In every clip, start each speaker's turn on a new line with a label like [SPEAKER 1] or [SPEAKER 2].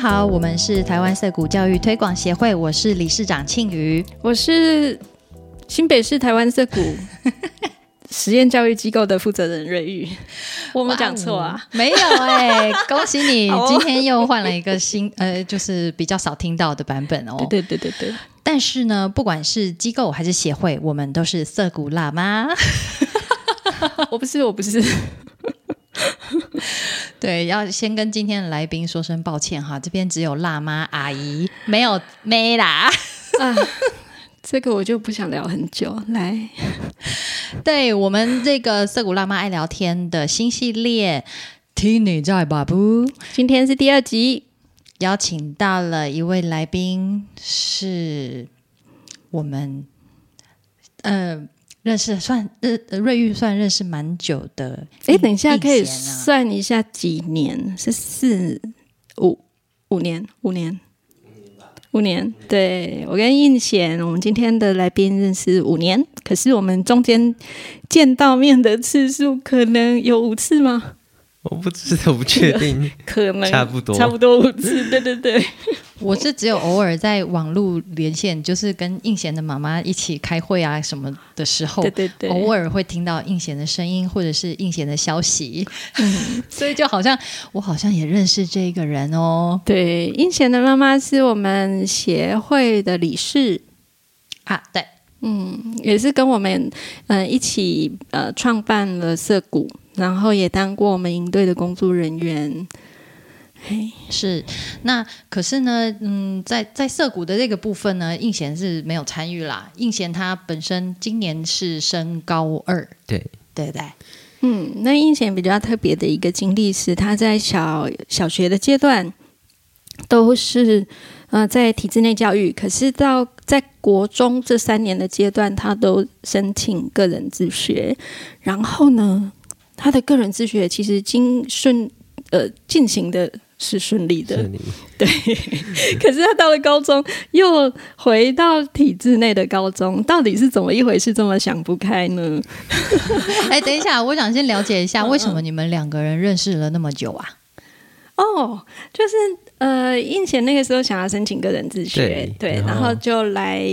[SPEAKER 1] 好，我们是台湾色谷教育推广协会，我是理事长庆瑜。
[SPEAKER 2] 我是新北市台湾色谷 实验教育机构的负责人瑞玉，我有没有讲错啊？
[SPEAKER 1] 没有哎、恭喜 你
[SPEAKER 2] 好哦
[SPEAKER 1] 今天又换了一个新呃，就是比较少听到的版本哦。
[SPEAKER 2] 对对对对对，
[SPEAKER 1] 但是呢，不管是机构还是协会，我们都是色谷辣妈。
[SPEAKER 2] 我不是我不是，
[SPEAKER 1] 对，要先跟今天的来宾说声抱歉哈，这边只有辣妈阿姨，没有妹啦。
[SPEAKER 2] 啊 这个我就不想聊很久。来，
[SPEAKER 1] 对我们这个色谷辣妈爱聊天的新系列，听你在吧不？
[SPEAKER 2] 今天是第二集，
[SPEAKER 1] 邀请到了一位来宾，是我们呃认识算呃瑞玉算认识蛮久的。
[SPEAKER 2] 哎，等一下
[SPEAKER 1] 应
[SPEAKER 2] 可以
[SPEAKER 1] 贤啊
[SPEAKER 2] 算一下几年？是四五五年，五年，五年。对我跟应贤，我们今天的来宾认识五年，可是我们中间见到面的次数可能有五次吗？
[SPEAKER 3] 我不知道，我不确 定。
[SPEAKER 2] 可能
[SPEAKER 3] 差不多
[SPEAKER 2] 差不多五次。 对对对。
[SPEAKER 1] 我是只有偶尔在网络连线，就是跟应贤的妈妈一起开会啊什么的时候
[SPEAKER 2] 对，对对，
[SPEAKER 1] 偶尔会听到应贤的声音，或者是应贤的消息，嗯 所以就好像我好像也认识这个人哦
[SPEAKER 2] 对应贤的妈妈是我们协会的理事，
[SPEAKER 1] 啊，对，
[SPEAKER 2] 嗯，也是跟我们嗯、呃一起呃创办了社谷，然后也当过我们营队的工作人员。嘿，
[SPEAKER 1] 是，那可是呢，嗯，在在涩谷的这个部分呢，应贤是没有参与啦。应贤他本身今年是升高二，
[SPEAKER 3] 对，
[SPEAKER 1] 对不对？
[SPEAKER 2] 嗯，那应贤比较特别的一个经历是，他在小小学的阶段都是呃在体制内教育，可是到在国中这三年的阶段，他都申请个人自学。然后呢，他的个人自学其实经顺呃进行的是顺利的
[SPEAKER 3] 是，你
[SPEAKER 2] 可是他到了高中，又回到体制内的高中，到底是怎么一回事？这么想不开呢？
[SPEAKER 1] 哎，等一下，我想先了解一下，为什么你们两个人认识了那么久啊？
[SPEAKER 2] 哦，就是呃，应贤那个时候想要申请个人自学，对，
[SPEAKER 3] 对
[SPEAKER 2] 然
[SPEAKER 3] 然后
[SPEAKER 2] 后就来，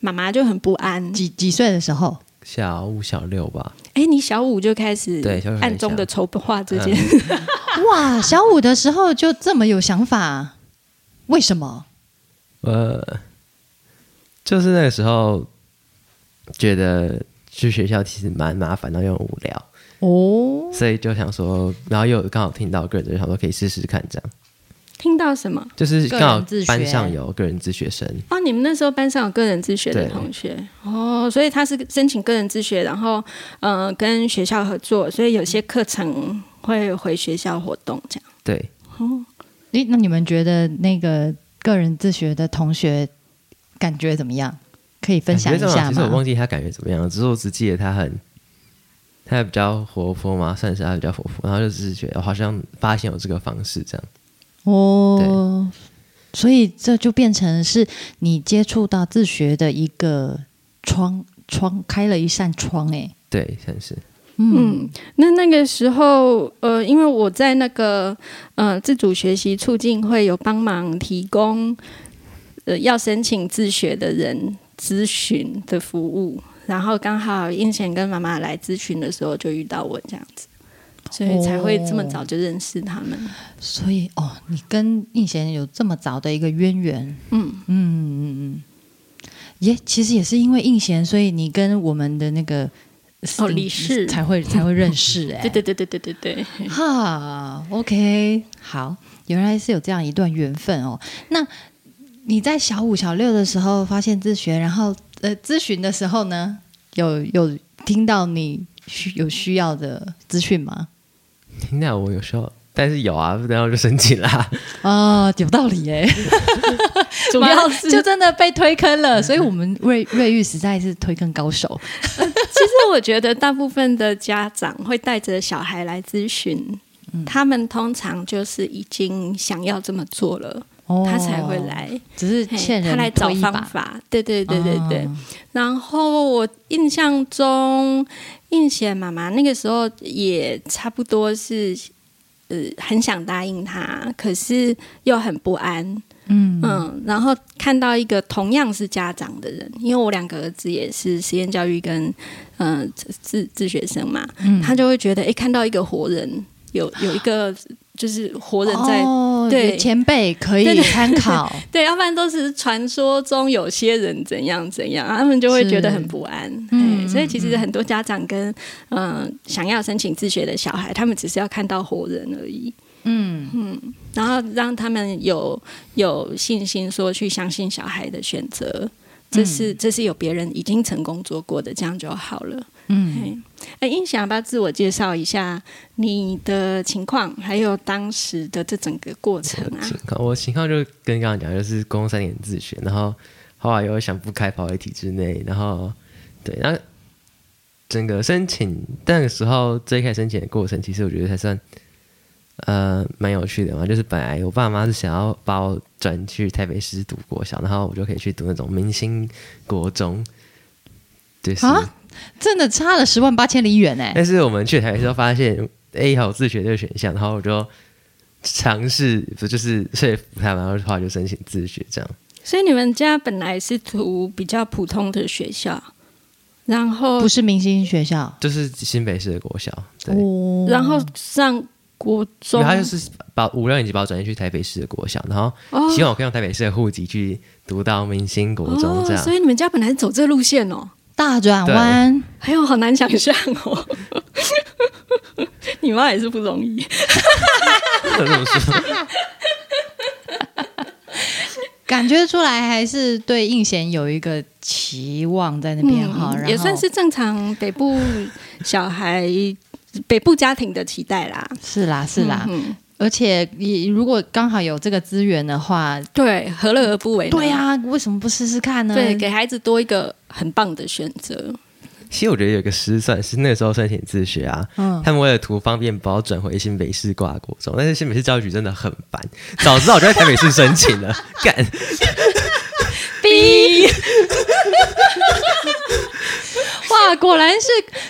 [SPEAKER 2] 妈妈就很不安。
[SPEAKER 1] 几几岁的时候？
[SPEAKER 3] 小五、小六吧？
[SPEAKER 2] 哎，你小五就开始
[SPEAKER 3] 对小五
[SPEAKER 2] 暗中的筹划这件事，
[SPEAKER 1] 哇，小五的时候就这么有想法，为什么？
[SPEAKER 3] 呃，就是那个时候觉得去学校其实蛮麻烦，然后又很无聊，
[SPEAKER 1] 哦，
[SPEAKER 3] 所以就想说，然后又刚好听到个人，就想说可以试试看，这样
[SPEAKER 2] 听到什么？
[SPEAKER 3] 就是
[SPEAKER 1] 个人
[SPEAKER 3] 刚好
[SPEAKER 1] 自学
[SPEAKER 3] 班上有个人自学生，
[SPEAKER 2] 哦，你们那时候班上有个人自学的
[SPEAKER 3] 对
[SPEAKER 2] 同学哦，所以他是申请个人自学，然后呃跟学校合作，所以有些课程会回学校活动这样。
[SPEAKER 3] 对，
[SPEAKER 1] 诶，那你们觉得那个个人自学的同学感觉怎么样？可以分享一
[SPEAKER 3] 感觉上
[SPEAKER 1] 下
[SPEAKER 3] 其实我
[SPEAKER 1] 吗？
[SPEAKER 3] 忘记他感觉怎么样，只是我只记得他很。他比较活泼嘛，算是他比较活泼，然后就只是觉得哦好像发现有这个方式这样，
[SPEAKER 1] 哦，所以这就变成是你接触到自学的一个窗窗，开了一扇窗、欸，哎，
[SPEAKER 3] 对，算是
[SPEAKER 2] 嗯，那那个时候，呃，因为我在那个呃自主学习促进会有帮忙提供呃要申请自学的人咨询的服务，然后刚好应贤跟妈妈来咨询的时候就遇到我这样子，所以才会这么早就认识他们。
[SPEAKER 1] 所以哦，你跟应贤有这么早的一个渊源，
[SPEAKER 2] 嗯
[SPEAKER 1] 嗯嗯嗯，也其实也是因为应贤，所以你跟我们的那个
[SPEAKER 2] 哦理事
[SPEAKER 1] 才会才会认识、 欸，哎，
[SPEAKER 2] 对对对对对对对，
[SPEAKER 1] 哈，OK，好，原来是有这样一段缘分哦。那你在小五、小六的时候发现自学，然后呃咨询的时候呢，有有听到你需有需要的资讯吗？
[SPEAKER 3] 听到我有时候，但是有啊， 然后就申请啦。
[SPEAKER 2] 哦
[SPEAKER 1] 啊、有道理 耶，
[SPEAKER 2] 主
[SPEAKER 1] 妈
[SPEAKER 2] 要是嗯
[SPEAKER 1] 就真的被推坑了，所以我们瑞瑞玉实在是推坑高手。
[SPEAKER 2] 其实我觉得大部分的家长会带着小孩来咨询，他们通常就是已经想要这么做了，
[SPEAKER 1] 哦
[SPEAKER 2] 他才会，来，
[SPEAKER 1] 只是
[SPEAKER 2] 嘿
[SPEAKER 1] 欠人
[SPEAKER 2] 他来找
[SPEAKER 1] 推一
[SPEAKER 2] 方
[SPEAKER 1] 把
[SPEAKER 2] 法。对对对对对。
[SPEAKER 1] 啊
[SPEAKER 2] 然后我印象中，应贤妈妈那个时候也差不多是呃很想答应他，可是又很不安。
[SPEAKER 1] 嗯
[SPEAKER 2] 嗯，然后看到一个同样是家长的人，因为我两个儿子也是实验教育跟嗯、呃自自自学生嘛，
[SPEAKER 1] 嗯
[SPEAKER 2] 他就会觉得哎、诶看到一个活人，有有一个就是活人在、
[SPEAKER 1] 哦
[SPEAKER 2] 对
[SPEAKER 1] 有前辈可
[SPEAKER 2] 对
[SPEAKER 1] 以
[SPEAKER 2] 对
[SPEAKER 1] 参考，
[SPEAKER 2] 对，要不然都是传说中有些人怎样怎样，他们就会觉得很不安。
[SPEAKER 1] 嗯
[SPEAKER 2] 嗯，所以其实很多家长跟嗯、呃想要申请自学的小孩，他们只是要看到活人而已。
[SPEAKER 1] 嗯
[SPEAKER 2] 然后让他们有有信心说去相信小孩的选择，这是、这是有别人已经成功做过的，这样就好了。
[SPEAKER 1] 嗯
[SPEAKER 2] 哎，英想要不要自我介绍一下你的情况，还有当时的这整个过程啊？
[SPEAKER 3] 情况，我情况就跟刚刚讲，就是高中三年自学，然后后来又想不开跑回体制内，然后对，然后整个申请那个时候最开始申请的过程，其实我觉得还算呃蛮有趣的嘛，就是本来我爸妈是想要把我转去台北市读国小，然后我就可以去读那种明星国中，就是。
[SPEAKER 1] 啊，真的差了十万八千里远哎、
[SPEAKER 3] 但是我们去台北时候发现 A 好自学这个选项，然后我就尝试不就是说服他们，然后后来就申请自学这样。
[SPEAKER 2] 所以你们家本来是读比较普通的学校，然后
[SPEAKER 1] 不是明星学校
[SPEAKER 3] 就是新北市的国小，对，
[SPEAKER 1] 哦，
[SPEAKER 2] 然后上国
[SPEAKER 3] 因
[SPEAKER 2] 中，
[SPEAKER 3] 为他就是把五六年级把我转进去台北市的国小，然后
[SPEAKER 2] 哦
[SPEAKER 3] 希望我可以用台北市的户籍去读到明星国中
[SPEAKER 2] 哦
[SPEAKER 3] 这，样。
[SPEAKER 2] 所以你们家本来是走这路线哦。
[SPEAKER 1] 大转弯，
[SPEAKER 2] 哎呦，好难想象哦！ 你妈也是不容易。
[SPEAKER 3] 这么说，
[SPEAKER 1] 感觉出来还是对应贤有一个期望在那边哈、然后
[SPEAKER 2] 嗯也算是正常北部小孩、北部家庭的期待啦。
[SPEAKER 1] 是啦是啦，
[SPEAKER 2] 嗯嗯
[SPEAKER 1] 而且你如果刚好有这个资源的话，
[SPEAKER 2] 对，何乐而不为呢？
[SPEAKER 1] 对啊，为什么不试试看呢？
[SPEAKER 2] 对，给孩子多一个很棒的选择。
[SPEAKER 3] 其实我觉得有一个失算是那个时候申请自学啊，
[SPEAKER 1] 嗯
[SPEAKER 3] 他们为了图方便，把我转回新北市挂国中，但是新北市教育局真的很烦，早知道我就在台北市申请了， 干。
[SPEAKER 2] B，
[SPEAKER 1] 哇，果然是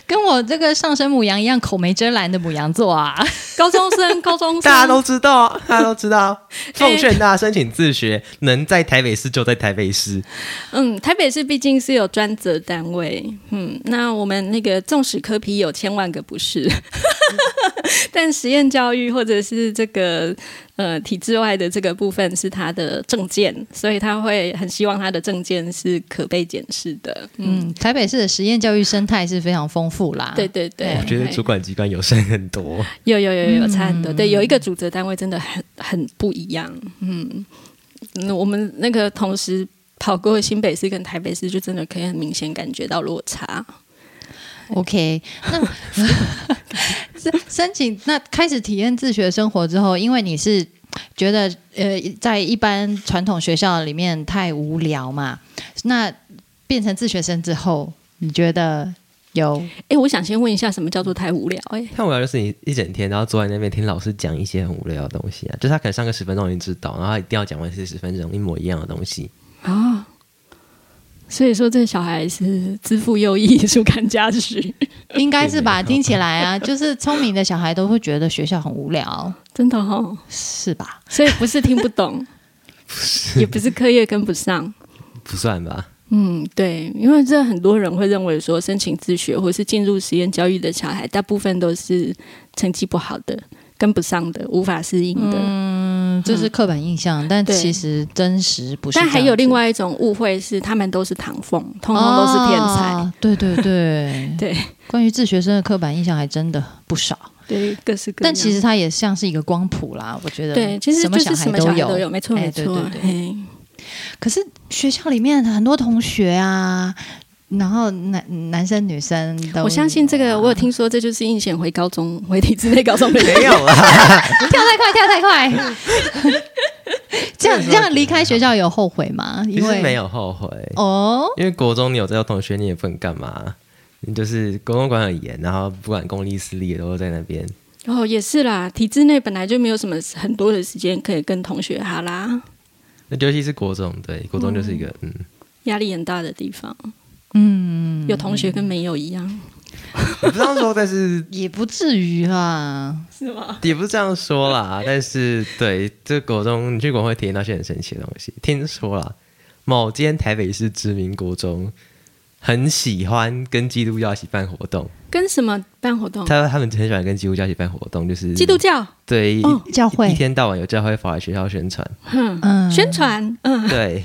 [SPEAKER 1] 跟我这个上升母羊一样口没遮拦的母羊座啊！
[SPEAKER 2] 高中生，高中生，
[SPEAKER 3] 大家都知道，哎大家都知 道，奉劝大家申请自学，能在台北市就在台北市。
[SPEAKER 2] 嗯，台北市毕竟是有专责单位，嗯，那我们那个纵使科批有千万个不是，但实验教育或者是这个呃体制外的这个部分是他的证件，所以他会很希望他的证件是可被检视的。嗯，
[SPEAKER 1] 嗯，台北市的实验教育生态是非常丰富啦。
[SPEAKER 2] 对，对对，
[SPEAKER 3] 我觉得主管机关友善很多。
[SPEAKER 2] 有有有有差很多，对，有一个主责单位真的很很不一样，嗯，嗯我们那个同时跑过新北市跟台北市，就真的可以很明显感觉到落差。
[SPEAKER 1] ，OK，那 申申请那开始体验自学生活之后，因为你是觉得呃在一般传统学校里面太无聊嘛，那变成自学生之后，你觉得有
[SPEAKER 2] 哎，我想先问一下，什么叫做太无聊、哎诶
[SPEAKER 3] 看无聊就是你一整天，然后坐在那边听老师讲一些很无聊的东西啊，就是他可能上个十分钟已经知道，然后他一定要讲完四十分钟一模一样的东西。
[SPEAKER 2] 哎，啊，所以说这小孩是自负又益，树看家实，
[SPEAKER 1] 应该是吧？
[SPEAKER 3] 并没有
[SPEAKER 1] 听起来 啊，就是聪明的小孩都会觉得学校很无聊，
[SPEAKER 2] 真的哈、哦。
[SPEAKER 1] 是吧？
[SPEAKER 2] 所以不是听不 懂，也不是课业跟不上。
[SPEAKER 3] 不算吧？
[SPEAKER 2] 嗯，对，因为这很多人会认为说，申请自学或是进入实验教育的小孩，大部分都是成绩不好的、跟不上的、无法适应的。
[SPEAKER 1] 嗯，这是刻板印象，但
[SPEAKER 2] 对
[SPEAKER 1] 其实真实不是这
[SPEAKER 2] 嗯但
[SPEAKER 1] 样子。
[SPEAKER 2] 还有另外一种误会是，他们都是唐凤，通通都是天才。
[SPEAKER 1] 哦对对对
[SPEAKER 2] 对
[SPEAKER 1] 关于自学生的刻板印象还真的不少，
[SPEAKER 2] 对，各式各样。
[SPEAKER 1] 但其实它也像是一个光谱啦，我觉得。
[SPEAKER 2] 对，其实
[SPEAKER 1] 什
[SPEAKER 2] 就
[SPEAKER 1] 么
[SPEAKER 2] 是什
[SPEAKER 1] 孩
[SPEAKER 2] 么小
[SPEAKER 1] 都
[SPEAKER 2] 孩
[SPEAKER 1] 有。
[SPEAKER 2] 都有，没错
[SPEAKER 1] 哎
[SPEAKER 2] 没
[SPEAKER 1] 对
[SPEAKER 2] 错。
[SPEAKER 1] 对对
[SPEAKER 2] 嘿
[SPEAKER 1] 可是学校里面很多同学啊，然后男男生女生都有啊、
[SPEAKER 2] 我相信这个，我有听说，这就是应显回高中、 回体制内高中的
[SPEAKER 3] 没
[SPEAKER 2] 原因。
[SPEAKER 3] 有啊啦，
[SPEAKER 1] 跳太快，跳太快。 这样这样离开学校有后悔吗？
[SPEAKER 3] 其
[SPEAKER 1] 因
[SPEAKER 3] 实
[SPEAKER 1] 为
[SPEAKER 3] 没有后悔，
[SPEAKER 1] 哦，
[SPEAKER 3] 因为国中你有这个同学，你也不能干嘛。你就是国中管很严，然后不管公立私立的都在那边。
[SPEAKER 2] 哦，也是啦，体制内本来就没有什么很多的时间可以跟同学哈啦，
[SPEAKER 3] 那尤其是国中，对，国中 就是一个嗯
[SPEAKER 2] 压力很大的地方，
[SPEAKER 1] 嗯，
[SPEAKER 2] 有同学跟没有一样。
[SPEAKER 3] 我不这样说，但是
[SPEAKER 1] 也不至于啊啦。
[SPEAKER 2] 是吗？
[SPEAKER 3] 也不是这样 说啦。但是对，这国中你去国中会体验到一些很神奇的东西。听说啦，某间台北市知名国中很喜欢跟基督教一起办活动，
[SPEAKER 2] 跟什么办活动？
[SPEAKER 3] 他他们很喜欢跟基督教一起办活动，就是
[SPEAKER 2] 基督教，
[SPEAKER 3] 对、
[SPEAKER 2] 哦
[SPEAKER 1] 教
[SPEAKER 3] 一
[SPEAKER 1] 会，
[SPEAKER 3] 天到晚有教会跑来学校宣传，
[SPEAKER 2] 哼，
[SPEAKER 1] 嗯
[SPEAKER 2] 宣传，嗯，
[SPEAKER 3] 对，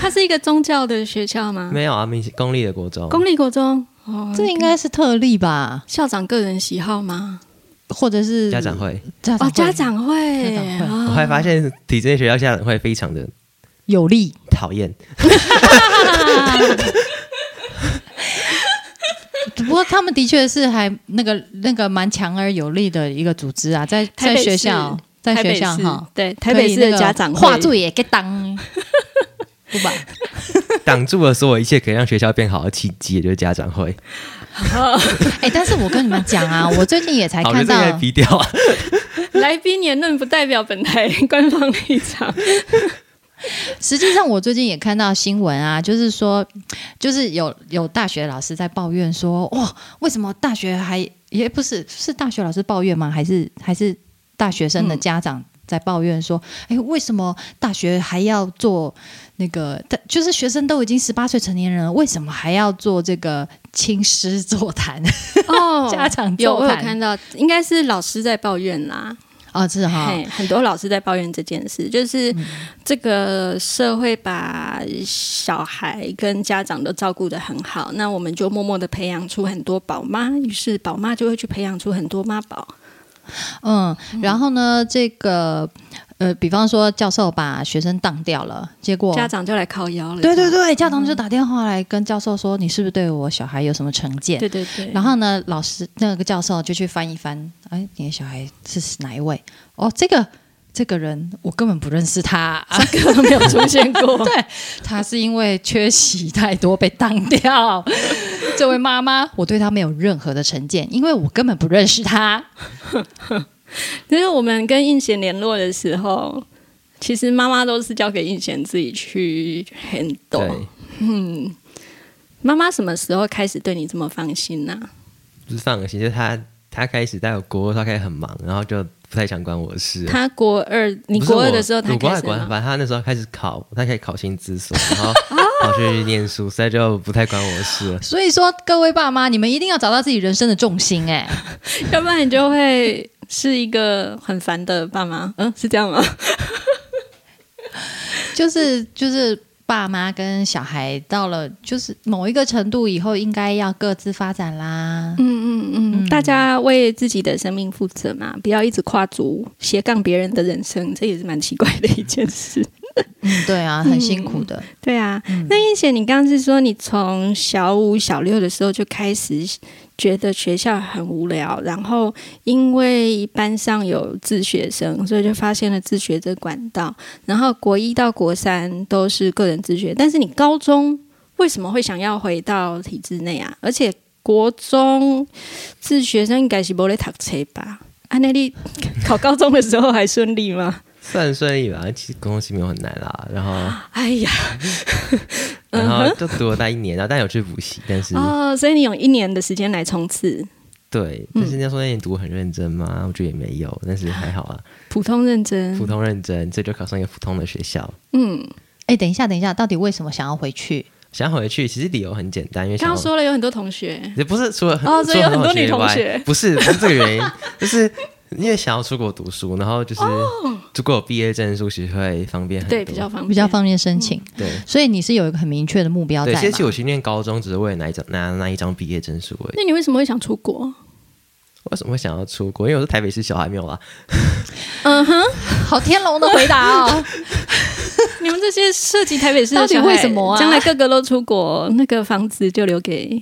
[SPEAKER 2] 它是一个宗教的学校吗？
[SPEAKER 3] 没有啊，明显公立的国中，
[SPEAKER 2] 哦公立国中，哦，
[SPEAKER 1] 这应该是特例吧，
[SPEAKER 2] 校长个人喜好吗？
[SPEAKER 1] 或者是
[SPEAKER 3] 家长会，
[SPEAKER 1] 家长会
[SPEAKER 2] 哦，家长
[SPEAKER 1] 家
[SPEAKER 2] 会，
[SPEAKER 1] 长会
[SPEAKER 2] 哦
[SPEAKER 3] 我还发现体制内学校家长会非常的
[SPEAKER 1] 有利。
[SPEAKER 3] 讨厌，
[SPEAKER 1] 只不过他们的确是还那个那个蛮强而有力的一个组织啊，在
[SPEAKER 2] 台
[SPEAKER 1] 在
[SPEAKER 2] 北市
[SPEAKER 1] 学校，在
[SPEAKER 2] 台
[SPEAKER 1] 学
[SPEAKER 2] 北
[SPEAKER 1] 校
[SPEAKER 2] 市
[SPEAKER 1] 哈，
[SPEAKER 2] 对，台北市的家长
[SPEAKER 1] 画
[SPEAKER 2] 会，
[SPEAKER 1] 作也给当，不吧？
[SPEAKER 3] 挡住了所有一切可以让学校变好的契机，也就是家长会。
[SPEAKER 1] 哎、但是我跟你们讲啊，我最近也才
[SPEAKER 3] 好，我觉
[SPEAKER 1] 看
[SPEAKER 3] 得这
[SPEAKER 1] 到
[SPEAKER 3] 个，可以低调啊。
[SPEAKER 2] 来宾言论不代表本台官方立场。
[SPEAKER 1] 实际上我最近也看到新闻啊，就是说，就是有有大学老师在抱怨说，哇，为什么大学还也不是是大学老师抱怨吗？还是还是大学生的家长在抱怨说，哎、
[SPEAKER 2] 嗯
[SPEAKER 1] 为什么大学还要做那个？但就是学生都已经十八岁成年人了，为什么还要做这个亲师座谈、
[SPEAKER 2] 哦
[SPEAKER 1] 家长
[SPEAKER 2] 有我
[SPEAKER 1] 座
[SPEAKER 2] 有
[SPEAKER 1] 谈
[SPEAKER 2] 看到，应该是老师在抱怨啦，
[SPEAKER 1] 啊？嗯是哈，
[SPEAKER 2] 嘿，很多老师在抱怨这件事，就是这个社会把小孩跟家长都照顾得很好，那我们就默默的培养出很多宝妈，于是宝妈就会去培养出很多妈宝。
[SPEAKER 1] 嗯，然后呢，这个呃，比方说教授把学生当掉了，结果
[SPEAKER 2] 家长就来靠腰了。
[SPEAKER 1] 对对对，家
[SPEAKER 2] 嗯
[SPEAKER 1] 长就打电话来跟教授说，你是不是对我小孩有什么成见？
[SPEAKER 2] 对对对，
[SPEAKER 1] 然后呢，老师那个教授就去翻一翻，哎，你的小孩是哪一位？哦，这个这个人我根本不认识他、啊，
[SPEAKER 2] 这个没有出现过。
[SPEAKER 1] 对，他是因为缺席太多被当掉。这位妈妈，我对他没有任何的成见，因为我根本不认识他。
[SPEAKER 2] 就是我们跟应贤联络的时候，其实妈妈都是交给应贤自己去 handle
[SPEAKER 3] 对。，
[SPEAKER 2] 妈妈什么时候开始对你这么放心呢、
[SPEAKER 3] 就是放心，就是他他开始在我国二，他开始很忙，然后就不太想管我的事。
[SPEAKER 2] 她国二，你
[SPEAKER 3] 不是
[SPEAKER 2] 国二
[SPEAKER 3] 我
[SPEAKER 2] 的时候，她
[SPEAKER 3] 我国
[SPEAKER 2] 开
[SPEAKER 3] 二
[SPEAKER 2] 始
[SPEAKER 3] 管，
[SPEAKER 2] 吗
[SPEAKER 3] 反正他那时候开始考，他开始考薪资所，然后跑去念书，所以就不太管我的 事了。
[SPEAKER 1] 所以说，各位爸妈，你们一定要找到自己人生的重心、哎。
[SPEAKER 2] 要不然你就会是一个很烦的爸 妈。嗯，是这样吗？
[SPEAKER 1] 就是就是爸妈跟小孩到了就是某一个程度以后，应该要各自发展啦。
[SPEAKER 2] 嗯嗯 嗯，大家为自己的生命负责嘛，不要一直跨足斜杠别人的人生，这也是蛮奇怪的一件事。
[SPEAKER 1] 嗯，对啊，很辛苦的。
[SPEAKER 2] 对啊，那燕姐，你刚刚是说你从小五、小六的时候就开始觉得学校很无聊，然后因为班上有自学生，所以就发现了自学这管道。然后国一到国三都是个人自学，但是你高中为什么会想要回到体制内啊？而且国中自学生应该是不来读册吧？安内利考高中的时候还顺利吗？
[SPEAKER 3] 算顺利吧，其实东西没有很难啦。 然后
[SPEAKER 2] 哎呀，
[SPEAKER 3] 然后就读了那一年，然后但有去补习，但是、
[SPEAKER 2] 嗯哦，所以你有一年的时间来冲刺。
[SPEAKER 3] 对，
[SPEAKER 2] 嗯
[SPEAKER 3] 但是人家说那年读得很认真吗？我觉得也没有，但是还好啦，
[SPEAKER 2] 普通认真，
[SPEAKER 3] 普通认真，这就考上一个普通的学校。
[SPEAKER 2] 嗯，
[SPEAKER 1] 哎、等一下，等一下，到底为什么想要回去？
[SPEAKER 3] 想回去，其实理由很简单，因为
[SPEAKER 2] 刚
[SPEAKER 3] 想要
[SPEAKER 2] 刚说了有很多同学，
[SPEAKER 3] 也不是除了很
[SPEAKER 2] 哦所以
[SPEAKER 3] 除了
[SPEAKER 2] 有很多女同
[SPEAKER 3] 外
[SPEAKER 2] 学
[SPEAKER 3] 不是不是这个原因， 就是因为想要出国读书，然后就是如果有毕业证书，其实会方便很多。
[SPEAKER 2] 哦嗯对，嗯比较方便，
[SPEAKER 1] 比较方便申请，
[SPEAKER 3] 对
[SPEAKER 1] 所以你是有一个很明确的目标在
[SPEAKER 3] 对。
[SPEAKER 1] 嘛
[SPEAKER 3] 其实我去念高中只是为了拿一张拿拿一张毕业证书而已。
[SPEAKER 2] 那你为什么会想出国？
[SPEAKER 3] 为什么会想要出国？因为我是台北市小孩，没有啦。
[SPEAKER 2] 嗯哼，
[SPEAKER 1] 好天龙的回答 哦，
[SPEAKER 2] 你们这些涉及台北市的
[SPEAKER 1] 到底
[SPEAKER 2] 小孩
[SPEAKER 1] 为什么啊
[SPEAKER 2] 将来个个都出国，那个房子就留给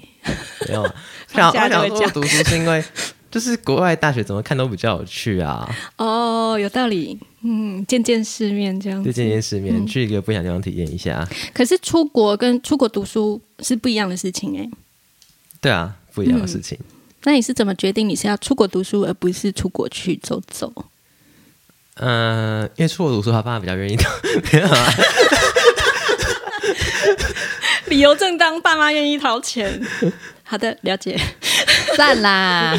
[SPEAKER 3] 没有啦。想
[SPEAKER 2] 放假
[SPEAKER 3] 我
[SPEAKER 2] 就
[SPEAKER 3] 想
[SPEAKER 2] 会
[SPEAKER 3] 出
[SPEAKER 2] 讲
[SPEAKER 3] 国读书是因 为就是国外大学怎么看都比较有趣啊，
[SPEAKER 2] 哦，有道理，嗯，见见世面这样
[SPEAKER 3] 就。见见世面，
[SPEAKER 2] 嗯
[SPEAKER 3] 去一个不一样的地方体验一下。
[SPEAKER 2] 可是出国跟出国读书是不一样的事情哎、
[SPEAKER 3] 对啊，不一样的事情。
[SPEAKER 2] 那你是怎么决定你是要出国读书，而不是出国去走 走？
[SPEAKER 3] 嗯，因为出国读书，他爸妈比较愿意。没有啊，
[SPEAKER 2] 理由正当，爸妈愿意掏钱。 好的，了解。
[SPEAKER 1] 赞啦！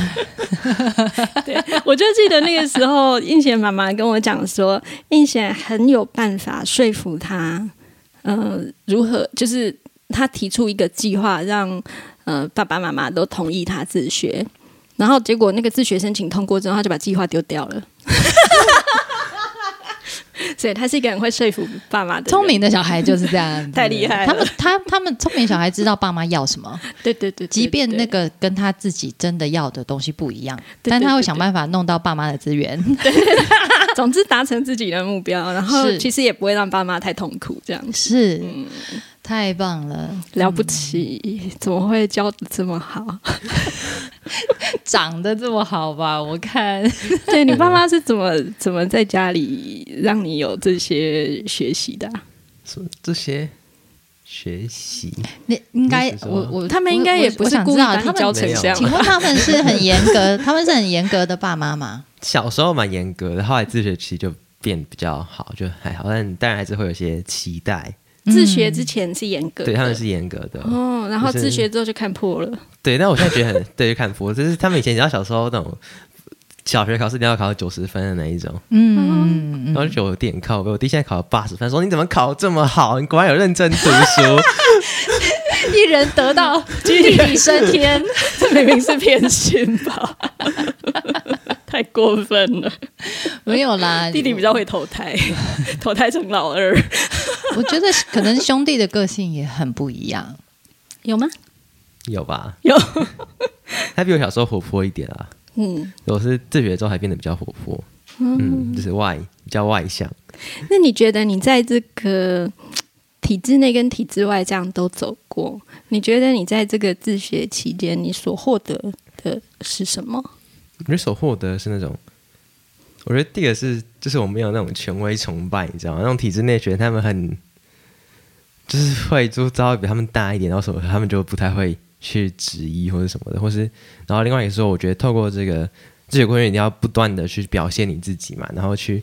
[SPEAKER 2] 我就记得那个时候，应贤妈妈跟我讲说，应贤很有办法说服他，呃，如何就是他提出一个计划，让呃爸爸妈妈都同意他自学，然后结果那个自学申请通过之后，他就把计划丢掉了。 所以他是一个很会说服爸妈的人
[SPEAKER 1] 聪，明的小孩就是这样，
[SPEAKER 2] 太厉害了
[SPEAKER 1] 他们他他们聪明小孩知道爸妈要什么，
[SPEAKER 2] 对对对对
[SPEAKER 1] 即便
[SPEAKER 2] 对
[SPEAKER 1] 那个跟他自己真的要的东西不一样，
[SPEAKER 2] 对
[SPEAKER 1] 但他会
[SPEAKER 2] 对
[SPEAKER 1] 想办法弄到爸妈的资源。
[SPEAKER 2] 总之达成自己的目标，然后
[SPEAKER 1] 是
[SPEAKER 2] 其实也不会让爸妈太痛苦，这样
[SPEAKER 1] 是，
[SPEAKER 2] 嗯
[SPEAKER 1] 太棒了，
[SPEAKER 2] 了不起，怎么会教的这么好？
[SPEAKER 1] 长得这么好吧？我看
[SPEAKER 2] 对你爸妈是怎么怎么在家里让你有这些学习的啊、
[SPEAKER 3] 说这些学习，
[SPEAKER 1] 你应该
[SPEAKER 3] 你是，说
[SPEAKER 1] 我我
[SPEAKER 2] 他们应该
[SPEAKER 1] 我
[SPEAKER 2] 也不
[SPEAKER 1] 我
[SPEAKER 2] 是
[SPEAKER 1] 想
[SPEAKER 2] 故
[SPEAKER 1] 知
[SPEAKER 2] 意
[SPEAKER 1] 道
[SPEAKER 2] 把
[SPEAKER 1] 他
[SPEAKER 2] 你教
[SPEAKER 1] 们，
[SPEAKER 2] 成这样
[SPEAKER 1] 请
[SPEAKER 2] 吧，
[SPEAKER 1] 问他们是很严格，他们是很严格的爸妈吗？
[SPEAKER 3] 小时候蛮严格的，后来自学期就变比较好，就还好，但当然还是会有些期待。
[SPEAKER 2] 自学之前是严格的，
[SPEAKER 3] 嗯对，他们是严格的。
[SPEAKER 2] 哦，然后
[SPEAKER 3] 就是
[SPEAKER 2] 自学之后就看破 了，
[SPEAKER 3] 对，但我现在觉得很 对，就看佛，就是他们以前你知道小时候那种。小学考试一定要考九十分的那一种，
[SPEAKER 1] 嗯，
[SPEAKER 3] 然后就觉得我弟很靠背，我弟现在考八十分，说你怎么考这么好？你果然有认真读书。
[SPEAKER 1] 嗯一人得道，地理升天。
[SPEAKER 2] 这明明是偏心吧？ 太过分了，
[SPEAKER 1] 没有啦，
[SPEAKER 2] 弟弟比较会投胎，投胎成老二，
[SPEAKER 1] 我觉得可能兄弟的个性也很不一样。
[SPEAKER 2] 有吗？
[SPEAKER 3] 有吧？
[SPEAKER 2] 有，
[SPEAKER 3] 他比我小时候活泼一点啊。
[SPEAKER 2] 嗯，
[SPEAKER 3] 我是自学之后还变得比较活泼，嗯，就是外比较外向。
[SPEAKER 2] 那你觉得你在这个体制内跟体制外这样都走过，你觉得你在这个自学期间你所获得的是什么？
[SPEAKER 3] 我觉得所获得的是那种，我觉得第一个是就是我没有那种权威崇拜，你知道吗？那种体制内学生他们很就是会就稍微比他们大一点，然后什么他们就不太会去质疑或者什么的，或是然后另外一个说，我觉得透过这个自学过程，你要不断的去表现你自己嘛，然后去。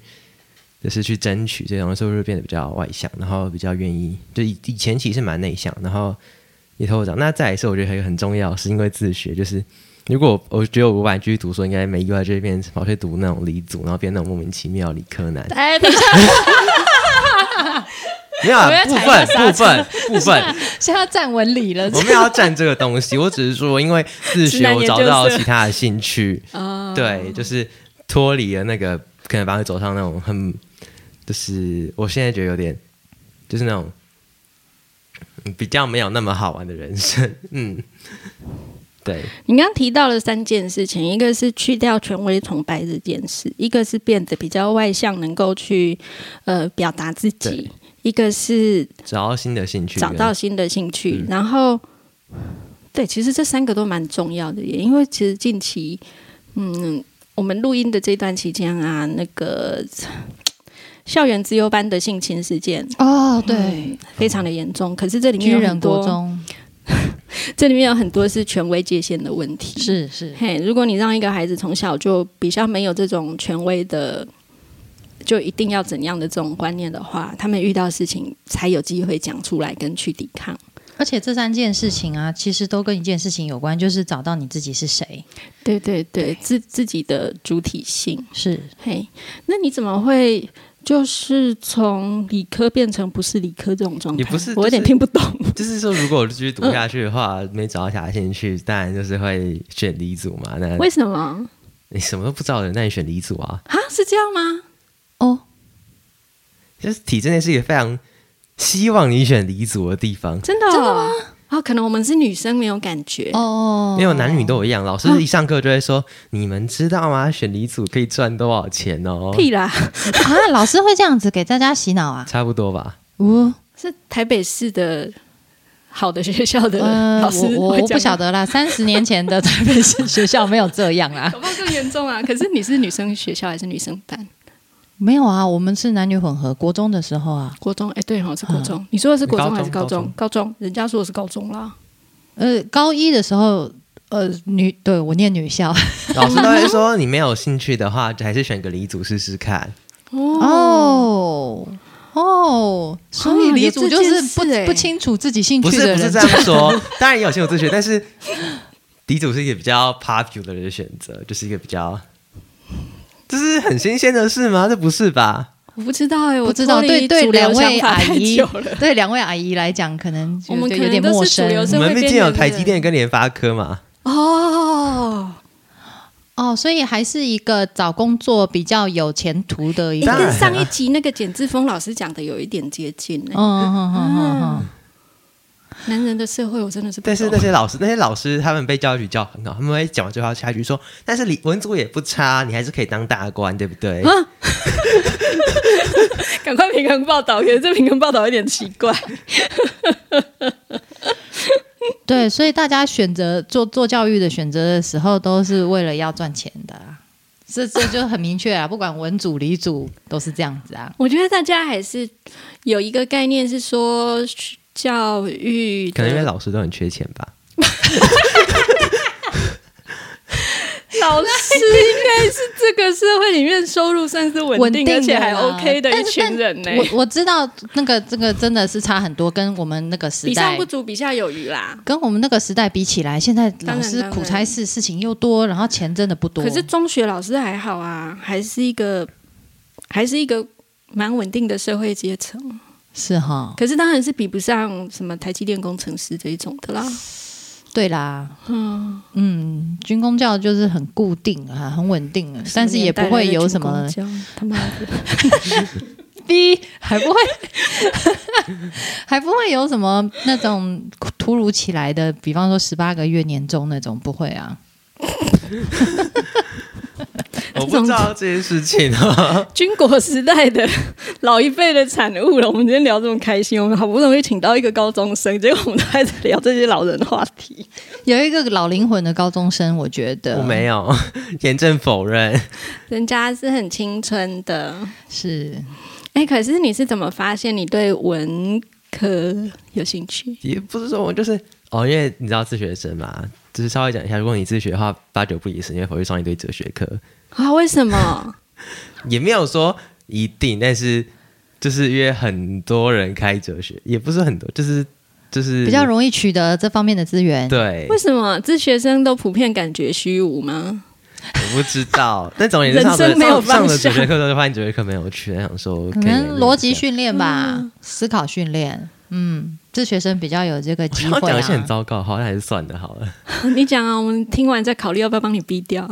[SPEAKER 3] 就是去争取这种，是不是变得比较外向，然后比较愿意？就以以前其实蛮内向，然后也透过这样。那再来是我觉得还有很重要，是因为自学，就是如果呃我我觉得我晚继续读书，应该没意外就会变成跑去读那种理组，然后变那种莫名其妙理科男。
[SPEAKER 1] 哎，等一下，
[SPEAKER 3] 没有、啊
[SPEAKER 1] 我要、
[SPEAKER 3] 部
[SPEAKER 1] 踩一下刹
[SPEAKER 3] 分部分
[SPEAKER 1] 车
[SPEAKER 3] 部分，
[SPEAKER 2] 啊
[SPEAKER 1] 现在站稳理了。
[SPEAKER 3] 我没有要占这个东西，我只是说，因为自
[SPEAKER 2] 直
[SPEAKER 3] 学
[SPEAKER 2] 男
[SPEAKER 3] 我
[SPEAKER 2] 研
[SPEAKER 3] 找
[SPEAKER 2] 究
[SPEAKER 3] 到
[SPEAKER 2] 社
[SPEAKER 3] 其他的兴 趣，
[SPEAKER 2] 啊
[SPEAKER 3] 对，就是脱离了那个，可能把会走上那种很，就是我现在觉得有点，就是那种嗯比较没有那么好玩的人生，嗯，对，
[SPEAKER 2] 你刚刚提到了三件事情，一个是去掉权威崇拜这件事，一个是变得比较外向，能够去呃表达自己
[SPEAKER 3] 对，
[SPEAKER 2] 一个是
[SPEAKER 3] 找到新的兴趣，
[SPEAKER 2] 找到新的兴趣，
[SPEAKER 3] 嗯
[SPEAKER 2] 然后对，其实这三个都蛮重要的耶，因为其实近期，嗯，我们录音的这段期间啊，那个校园自优班的性侵事件。
[SPEAKER 1] 哦，对，
[SPEAKER 2] 嗯，非常的严重。可是这里面
[SPEAKER 1] 军
[SPEAKER 2] 有
[SPEAKER 1] 人
[SPEAKER 2] 很
[SPEAKER 1] 国
[SPEAKER 2] 多，
[SPEAKER 1] 中
[SPEAKER 2] 这里面有很多是权威界限的问题。
[SPEAKER 1] 是是
[SPEAKER 2] 嘿，如果你让一个孩子从小就比较没有这种权威的，就一定要怎样的这种观念的话，他们遇到事情才有机会讲出来跟去抵抗。
[SPEAKER 1] 而且这三件事情啊，其实都跟一件事情有关，就是找到你自己是谁。
[SPEAKER 2] 对对对，自自己的主体性。
[SPEAKER 1] 是
[SPEAKER 2] 嘿，那你怎么会就是从理科变成不是理科这种状态？
[SPEAKER 3] 也不是
[SPEAKER 2] 我有点
[SPEAKER 3] 就是
[SPEAKER 2] 听不懂。
[SPEAKER 3] 就是说，如果我继续读下去的话，没找到其他兴趣，当然就是会选理组嘛。那
[SPEAKER 2] 为什么
[SPEAKER 3] 你什么都不知道的，那你选理组啊？
[SPEAKER 2] 啊？是这样吗？
[SPEAKER 1] 哦，
[SPEAKER 3] 就是体制内是一个非常希望你选理组的地方，
[SPEAKER 2] 真的、真的吗？啊、可能我们是女生没有感觉。
[SPEAKER 1] 哦，
[SPEAKER 3] 因为男女都一样。老师一上课就会说：“你们知道吗？选理组可以赚多少钱哦
[SPEAKER 2] 屁啦！
[SPEAKER 1] 啊，老师会这样子给大家洗脑？”啊？
[SPEAKER 3] 差不多吧。
[SPEAKER 1] 哦，
[SPEAKER 2] 是台北市的好的学校的
[SPEAKER 1] 呃，
[SPEAKER 2] 老师
[SPEAKER 1] 我我
[SPEAKER 2] 会
[SPEAKER 1] 我
[SPEAKER 2] 讲
[SPEAKER 1] 不晓
[SPEAKER 2] 吗，
[SPEAKER 1] 得啦，三十年 前的台北市学校没有这样啦。
[SPEAKER 2] 搞不好更严重啊。可是你是女生学校还是女生班？
[SPEAKER 1] 没有啊，我们是男女混合，国中的时候啊，
[SPEAKER 2] 国中？哎、对哦，是国中。你说的是国中
[SPEAKER 3] 高中
[SPEAKER 2] 还是高
[SPEAKER 3] 高
[SPEAKER 2] 中
[SPEAKER 3] 中？
[SPEAKER 2] 高中，人家说我是高中啦。
[SPEAKER 1] 呃，高一的时候，呃，女对我念女校，
[SPEAKER 3] 老师都会说：“你没有兴趣的话，还是选个理组试试看。
[SPEAKER 2] 哦，
[SPEAKER 1] 哦，哦，所以
[SPEAKER 2] 啊
[SPEAKER 1] 离
[SPEAKER 2] 有
[SPEAKER 1] 组
[SPEAKER 2] 这
[SPEAKER 1] 就
[SPEAKER 2] 件
[SPEAKER 1] 是
[SPEAKER 2] 事
[SPEAKER 1] 不
[SPEAKER 2] 欸
[SPEAKER 1] 不清楚自己兴
[SPEAKER 3] 不
[SPEAKER 1] 趣
[SPEAKER 3] 是
[SPEAKER 1] 的
[SPEAKER 3] 不是
[SPEAKER 1] 人
[SPEAKER 3] 这，样 说，当然也有先有自学，但是迪组是一个比较 popular 的选择，就是一个比较，这是很新鲜的事吗？这不是吧？
[SPEAKER 2] 我不知道哎、我
[SPEAKER 1] 不知道
[SPEAKER 2] 脱离
[SPEAKER 1] 对对
[SPEAKER 2] 主流
[SPEAKER 1] 两位
[SPEAKER 2] 想法
[SPEAKER 1] 阿
[SPEAKER 2] 太
[SPEAKER 1] 姨
[SPEAKER 2] 久了，
[SPEAKER 1] 对两位阿姨来讲，可能
[SPEAKER 2] 我们
[SPEAKER 1] 觉
[SPEAKER 2] 可
[SPEAKER 1] 得有
[SPEAKER 2] 能
[SPEAKER 1] 点
[SPEAKER 2] 都是
[SPEAKER 1] 陌
[SPEAKER 2] 主
[SPEAKER 1] 生
[SPEAKER 2] 流
[SPEAKER 3] 我
[SPEAKER 2] 社会
[SPEAKER 3] 们毕竟有台积
[SPEAKER 2] 边缘
[SPEAKER 3] 电跟联发科嘛，
[SPEAKER 2] 哦，
[SPEAKER 1] 哦，所以还是一个找工作比较有前途的一
[SPEAKER 2] 诶
[SPEAKER 1] 个
[SPEAKER 3] 当然
[SPEAKER 2] 跟
[SPEAKER 3] 啊
[SPEAKER 2] 上一集那个简志峰老师讲的有一点接近呢、
[SPEAKER 1] 嗯嗯嗯嗯嗯，
[SPEAKER 2] 男人的社会我真的是不
[SPEAKER 3] 但是
[SPEAKER 2] 懂
[SPEAKER 3] 那些老师，那些老师他们被教育局教很好，他们会讲完之后下一句说，但是你文组也不差，你还是可以当大官，对不对？
[SPEAKER 2] 啊赶快平衡报道，可是这平衡报道有点奇怪。
[SPEAKER 1] 对，所以大家选择做做教育的选择的时候，都是为了要赚钱的啊、这这就很明确啊，不管文组理组都是这样子啊。
[SPEAKER 2] 我觉得大家还是有一个概念是说教育的，
[SPEAKER 3] 可能因为老师都很缺钱吧。
[SPEAKER 2] 老师应该是这个社会里面收入算是稳
[SPEAKER 1] 稳
[SPEAKER 2] 定，
[SPEAKER 1] 定的
[SPEAKER 2] 而且还
[SPEAKER 1] 啦
[SPEAKER 2] OK 的一
[SPEAKER 1] 但是
[SPEAKER 2] 群人欸呢、
[SPEAKER 1] 但我我知道那个这个真的是差很多，跟我们那个时
[SPEAKER 2] 比上
[SPEAKER 1] 代
[SPEAKER 2] 不。足，比下有余啦。
[SPEAKER 1] 跟我们那个时代比起来，现在
[SPEAKER 2] 当
[SPEAKER 1] 老
[SPEAKER 2] 然
[SPEAKER 1] 师
[SPEAKER 2] 当然
[SPEAKER 1] 苦差事事情又多，然后钱真的不多。
[SPEAKER 2] 可是中学老师还好啊，还是一个还是一个蛮稳定的社会阶层。
[SPEAKER 1] 是哈，
[SPEAKER 2] 可是当然是比不上什么台积电工程师这一种的啦。
[SPEAKER 1] 对啦，嗯嗯，军工教就是很固定啊，很稳定啊，但是也不会有什么
[SPEAKER 2] 什么年代的军工教他妈的。
[SPEAKER 1] 逼，还不会，还不会有什么那种突如其来的，比方说十八个月年终那种，不会啊。
[SPEAKER 3] 我不知道这件事情 啊，
[SPEAKER 2] 军国时代的老一辈的产物了。我们今天聊这么开心，我们好不容易请到一个高中生，结果我们都还在聊这些老人的话题。
[SPEAKER 1] 有一个老灵魂的高中生，我觉得
[SPEAKER 2] 啊
[SPEAKER 3] 我没有，严正否认。
[SPEAKER 2] 人家是很青春的，
[SPEAKER 1] 是
[SPEAKER 2] 哎、可是你是怎么发现你对文科有兴趣？
[SPEAKER 3] 也不是说我就是哦，因为你知道自学生嘛，就是稍微讲一下，如果你自学的话，八九不离十，你会跑去上一堆哲学课，
[SPEAKER 2] 啊？为什么？
[SPEAKER 3] 也没有说一定，但是就是因为很多人开哲学，也不是很多，就是就是
[SPEAKER 1] 比较容易取得这方面的资源。
[SPEAKER 3] 对，
[SPEAKER 2] 为什么这学生都普遍感觉虚无吗？
[SPEAKER 3] 我不知道。但总而言之，
[SPEAKER 2] 人
[SPEAKER 3] 上了
[SPEAKER 2] 生没有
[SPEAKER 3] 上上了
[SPEAKER 2] 方向
[SPEAKER 3] 哲学课之后，就发现哲学课没有趣，然后想说
[SPEAKER 1] 可
[SPEAKER 3] 以
[SPEAKER 1] 能逻辑
[SPEAKER 3] 练一下
[SPEAKER 1] 训练吧，思考训练，嗯，这学生比较有这个机
[SPEAKER 3] 我
[SPEAKER 1] 会
[SPEAKER 3] 讲一些很
[SPEAKER 1] 啊。
[SPEAKER 3] 糟糕，好，那还是算了好了。
[SPEAKER 2] 你讲啊，我们听完再考虑要不要帮你逼掉。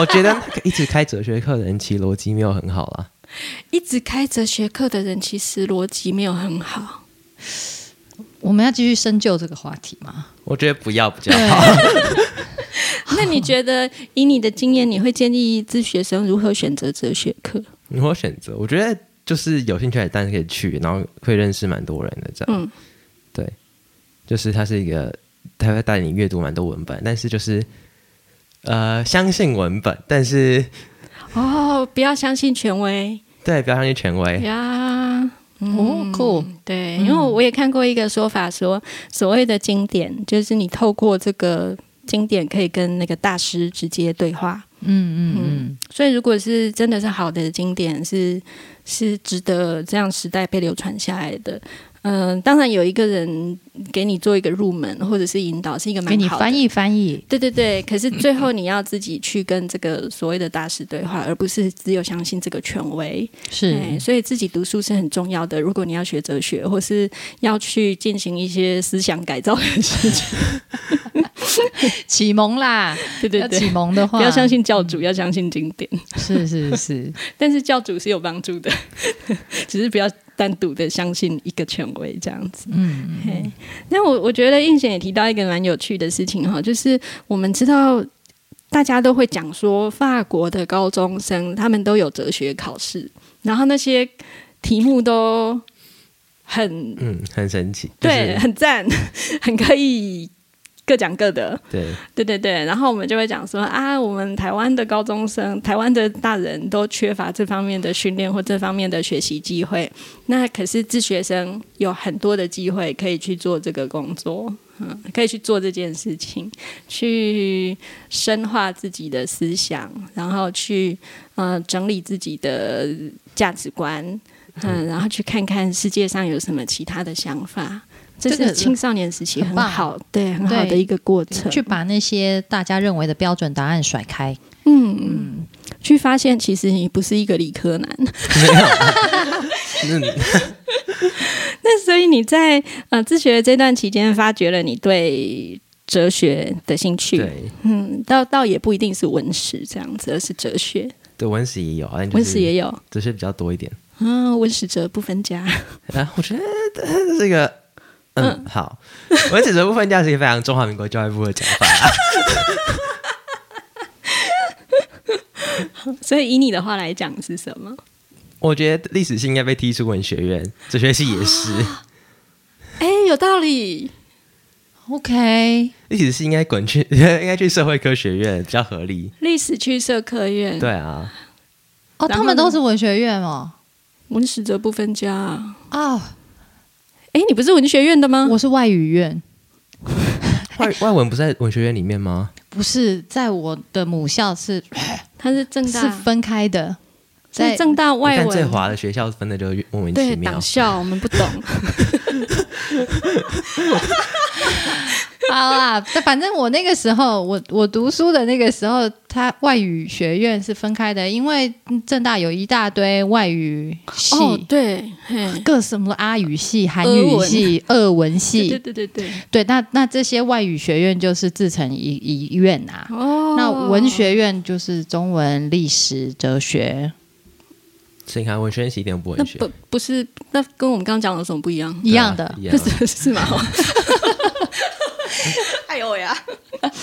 [SPEAKER 3] 我觉得那个一直开哲学课的人，其实逻辑没有很好啦。
[SPEAKER 2] 一直开哲学课的人，其实逻辑没有很好。
[SPEAKER 1] 我们要继续深究这个话题吗？
[SPEAKER 3] 我觉得不要比较好。
[SPEAKER 2] 那你觉得，以你的经验，你会建议自学生如何选择哲学课？
[SPEAKER 3] 如果选择，我觉得就是有兴趣的当然可以去，然后会认识蛮多人的这样。
[SPEAKER 2] 嗯，
[SPEAKER 3] 对，就是它是一个，它会带你阅读蛮多文本，但是就是呃，相信文本，但是
[SPEAKER 2] 哦，不要相信权威
[SPEAKER 3] 对，不要相信权威。
[SPEAKER 2] 呀。嗯
[SPEAKER 1] 哦，cool
[SPEAKER 2] 对，因为我也看过一个说法说，所谓的经典，就是你透过这个经典可以跟那个大师直接对话。
[SPEAKER 1] 嗯嗯嗯，
[SPEAKER 2] 所以，如果是真的是好的经典，是是值得这样时代被流传下来的。嗯、当然有一个人给你做一个入门或者是引导，是一个蛮
[SPEAKER 1] 给你
[SPEAKER 2] 好的
[SPEAKER 1] 翻译嗯翻译。
[SPEAKER 2] 对对对，可是最后你要自己去跟这个所谓的大师对话，而不是只有相信这个权威。哎
[SPEAKER 1] 是，
[SPEAKER 2] 所以自己读书是很重要的。如果你要学哲学，或是要去进行一些思想改造的 事情，
[SPEAKER 1] 启蒙啦，
[SPEAKER 2] 对对
[SPEAKER 1] 要启
[SPEAKER 2] 对，
[SPEAKER 1] 蒙的话，
[SPEAKER 2] 不要相信教主，要相信经典。
[SPEAKER 1] 是是是，
[SPEAKER 2] 但是教主是有帮助的， 只是不要单独的相信一个权威这样子。
[SPEAKER 1] 嗯，
[SPEAKER 2] 嘿，那我我觉得应贤也提到一个蛮有趣的事情哈，就是我们知道大家都会讲说，法国的高中生他们都有哲学考试，然后那些题目都很
[SPEAKER 3] 嗯，很神奇。
[SPEAKER 2] 对，
[SPEAKER 3] 就是、
[SPEAKER 2] 很赞， 很可以各讲各的。
[SPEAKER 3] 对，
[SPEAKER 2] 对对对，然后我们就会讲说啊，我们台湾的高中生、台湾的大人都缺乏这方面的训练或这方面的学习机会。那可是自学生有很多的机会可以去做这个工作，嗯，可以去做这件事情，去深化自己的思想，然后去呃整理自己的价值观。嗯，然后去看看世界上有什么其他的想法。这
[SPEAKER 1] 这个
[SPEAKER 2] 是青少年时期
[SPEAKER 1] 很
[SPEAKER 2] 很
[SPEAKER 1] 棒
[SPEAKER 2] 好，对，很好的
[SPEAKER 1] 对
[SPEAKER 2] 一个过程。
[SPEAKER 1] 去把那些大家认为的标准答案甩开。
[SPEAKER 2] 嗯，去发现其实你不是一个理科男，
[SPEAKER 3] 那你
[SPEAKER 2] 那所以你在呃自学这段期间，发掘了你对哲学的兴趣。
[SPEAKER 3] 对
[SPEAKER 2] 嗯，倒倒也不一定是文史这样子，而是哲学，
[SPEAKER 3] 对文史也有，但就是
[SPEAKER 2] 文史也有。
[SPEAKER 3] 哲学比较多一点。
[SPEAKER 2] 啊，文史哲不分家，
[SPEAKER 3] 啊，我觉得这个，嗯，好，我指责部分价是一个非常中华民国教育部的讲法。
[SPEAKER 2] 所以以你的话来讲是什么？
[SPEAKER 3] 我觉得历史系应该被踢出文学院，哲学系也是，
[SPEAKER 2] 哎，有道理。
[SPEAKER 1] OK，
[SPEAKER 3] 历史系应该滚去， 应该去社会科学院比较合理。
[SPEAKER 2] 历史去社科院，
[SPEAKER 3] 对啊，
[SPEAKER 1] 哦，
[SPEAKER 2] 然
[SPEAKER 1] 他
[SPEAKER 2] 后呢
[SPEAKER 1] 们都是文学院哦。
[SPEAKER 2] 文史哲不分家啊。
[SPEAKER 1] 哦，
[SPEAKER 2] 哎，你不是文学院的吗？
[SPEAKER 1] 我是外语院，
[SPEAKER 3] 外外文不是在文学院里面吗？
[SPEAKER 1] 不是在我的母校是
[SPEAKER 2] 他是正
[SPEAKER 1] 是
[SPEAKER 2] 大，
[SPEAKER 1] 分开的，在
[SPEAKER 2] 是正大
[SPEAKER 3] 你
[SPEAKER 2] 外
[SPEAKER 3] 看最
[SPEAKER 2] 文。
[SPEAKER 3] 华的学校分的就越莫名
[SPEAKER 2] 对
[SPEAKER 3] 其
[SPEAKER 2] 党
[SPEAKER 3] 妙。
[SPEAKER 2] 校，我们不懂。
[SPEAKER 1] 好啦，但反正我那个时候，我我读书的那个时候，它外语学院是分开的，因为正大有一大堆外语系，
[SPEAKER 2] 哦，对，嘿，
[SPEAKER 1] 各什么阿语系、韩语系、俄文系，
[SPEAKER 2] 对对对对，
[SPEAKER 1] 对，那那这些外语学院就是自成一一院啊。
[SPEAKER 2] 哦，
[SPEAKER 1] 那文学院就是中文、历史、哲学，
[SPEAKER 3] 所以你看文学院是一点都不
[SPEAKER 2] 那
[SPEAKER 3] 文学，
[SPEAKER 2] 不不是那跟我们刚刚讲的有什么不啊一样？
[SPEAKER 1] 一样的
[SPEAKER 3] 啊一样
[SPEAKER 2] 是吗？哎呦呀，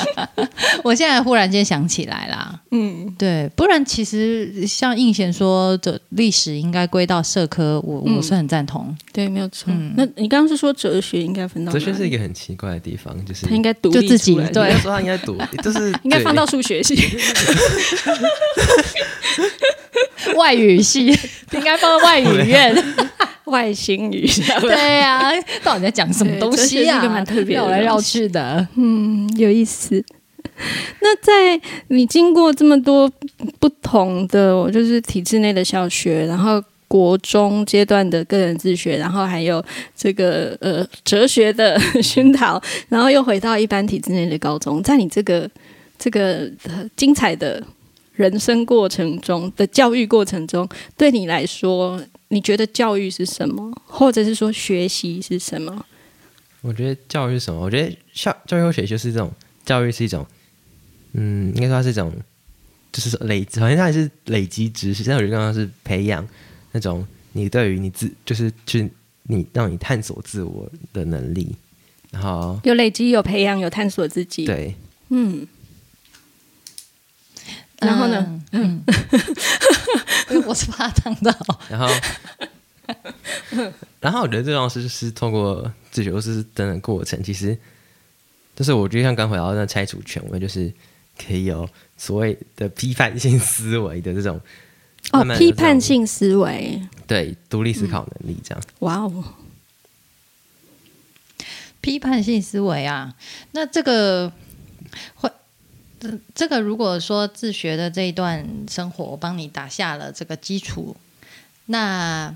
[SPEAKER 1] 我现在忽然间想起来啦，
[SPEAKER 2] 嗯，
[SPEAKER 1] 对，不然其实像应贤说的，历史应该归到社科，我我
[SPEAKER 2] 嗯
[SPEAKER 1] 是很赞同，
[SPEAKER 2] 对，没有错。
[SPEAKER 1] 嗯
[SPEAKER 2] 那你刚刚是说哲学应该分到
[SPEAKER 3] 哲学是一
[SPEAKER 2] 个，
[SPEAKER 3] 个很奇怪的地方，就是
[SPEAKER 2] 他应该独立
[SPEAKER 1] 就自己
[SPEAKER 2] 出来
[SPEAKER 1] 对
[SPEAKER 3] 应该说他应该读，就是
[SPEAKER 2] 应该放
[SPEAKER 3] 对
[SPEAKER 2] 到数学系，
[SPEAKER 1] 外语系 应该放在外语院。
[SPEAKER 2] 外星语这样
[SPEAKER 1] 对呀、 到底在讲什么东西
[SPEAKER 2] 对这
[SPEAKER 1] 呀、
[SPEAKER 2] 是一个蛮特别的
[SPEAKER 1] 绕来绕去的。
[SPEAKER 2] 嗯，有意思。 那在你经过这么多不同的，就是体制内的小学，然后国中阶段的个人自学，然后还有这个呃哲学的熏陶，然后又回到一般体制内的高中，在你这个 这个、呃精彩的人生过程中的教育过程中，对你来说，你觉得教育是什么，或者是说学习是什么？
[SPEAKER 3] 我觉得教育是什么？我觉得教教育和学习就是这种教育是一种，嗯，应该说它是一种，就是说累，好像它也是累积知识，但我觉得刚刚是培养那种你对于你自，就是去你让你探索自我的能力，然后
[SPEAKER 2] 有累积，有培养，有探索自己。
[SPEAKER 3] 对，
[SPEAKER 2] 嗯，然后呢？
[SPEAKER 1] 嗯？ 嗯，我是怕烫到。
[SPEAKER 3] 然后，然后我觉得最重要的是，就是通过自学或是等等过程，其实就是我觉得像刚回到那拆除权威，就是可以有所谓的批判性思维的这种
[SPEAKER 2] 哦
[SPEAKER 3] 慢，慢有
[SPEAKER 2] 批
[SPEAKER 3] 这
[SPEAKER 2] 判
[SPEAKER 3] 种
[SPEAKER 2] 性思维，
[SPEAKER 3] 对独立思考能力这样。
[SPEAKER 2] 哇哦，
[SPEAKER 1] 批判性思维啊，那这个会。这这个如果说自学的这一段生活帮你打下了这个基础，那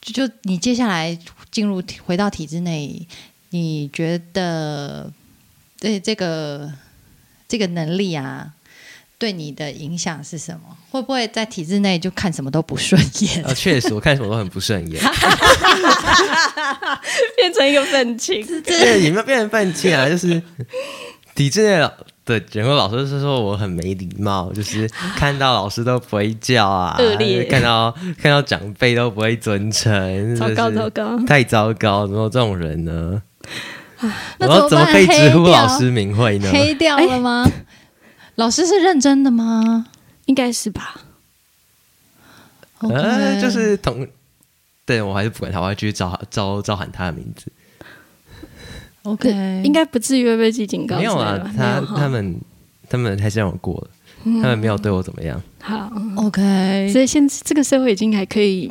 [SPEAKER 1] 就就你接下来进入回到体制内，你觉得对这个这个能力啊，对你的影响是什么？会不会在体制内就看什么都不顺眼？
[SPEAKER 3] 呃，确实我看什么都很不顺眼，
[SPEAKER 2] 变成一个愤 青，
[SPEAKER 3] 这也没有变成犯贱啊，就是体制内老的人和老师是说我很没礼貌，就是看到老师都不会叫啊
[SPEAKER 2] 恶劣，
[SPEAKER 3] 看到看到长辈都不会尊称，
[SPEAKER 2] 糟糕
[SPEAKER 3] 真的
[SPEAKER 2] 糟
[SPEAKER 3] 是
[SPEAKER 2] 糕，
[SPEAKER 3] 太糟糕，怎么有这种人呢？
[SPEAKER 2] 啊
[SPEAKER 1] 那
[SPEAKER 3] 我要
[SPEAKER 1] 怎
[SPEAKER 3] 怎
[SPEAKER 1] 么
[SPEAKER 3] 么
[SPEAKER 1] 办
[SPEAKER 3] 可以直呼
[SPEAKER 1] 黑掉
[SPEAKER 3] 老师名讳呢？
[SPEAKER 1] 黑掉了吗？老师是认真的吗？
[SPEAKER 2] 应该是吧？
[SPEAKER 3] 呃，
[SPEAKER 2] 啊
[SPEAKER 1] OK
[SPEAKER 3] 就是同，对我还是不管他，我要继续招招招喊他的名字。
[SPEAKER 1] OK，
[SPEAKER 2] 应该不至于会被记警告
[SPEAKER 3] 没
[SPEAKER 2] 之类
[SPEAKER 3] 有啊
[SPEAKER 2] 的吧，，
[SPEAKER 3] 他
[SPEAKER 2] 没有哈
[SPEAKER 3] 他们他们还是让我过了，他们没有对我怎么样。
[SPEAKER 2] 好，
[SPEAKER 1] OK。
[SPEAKER 2] 所以现这个社会已经还可以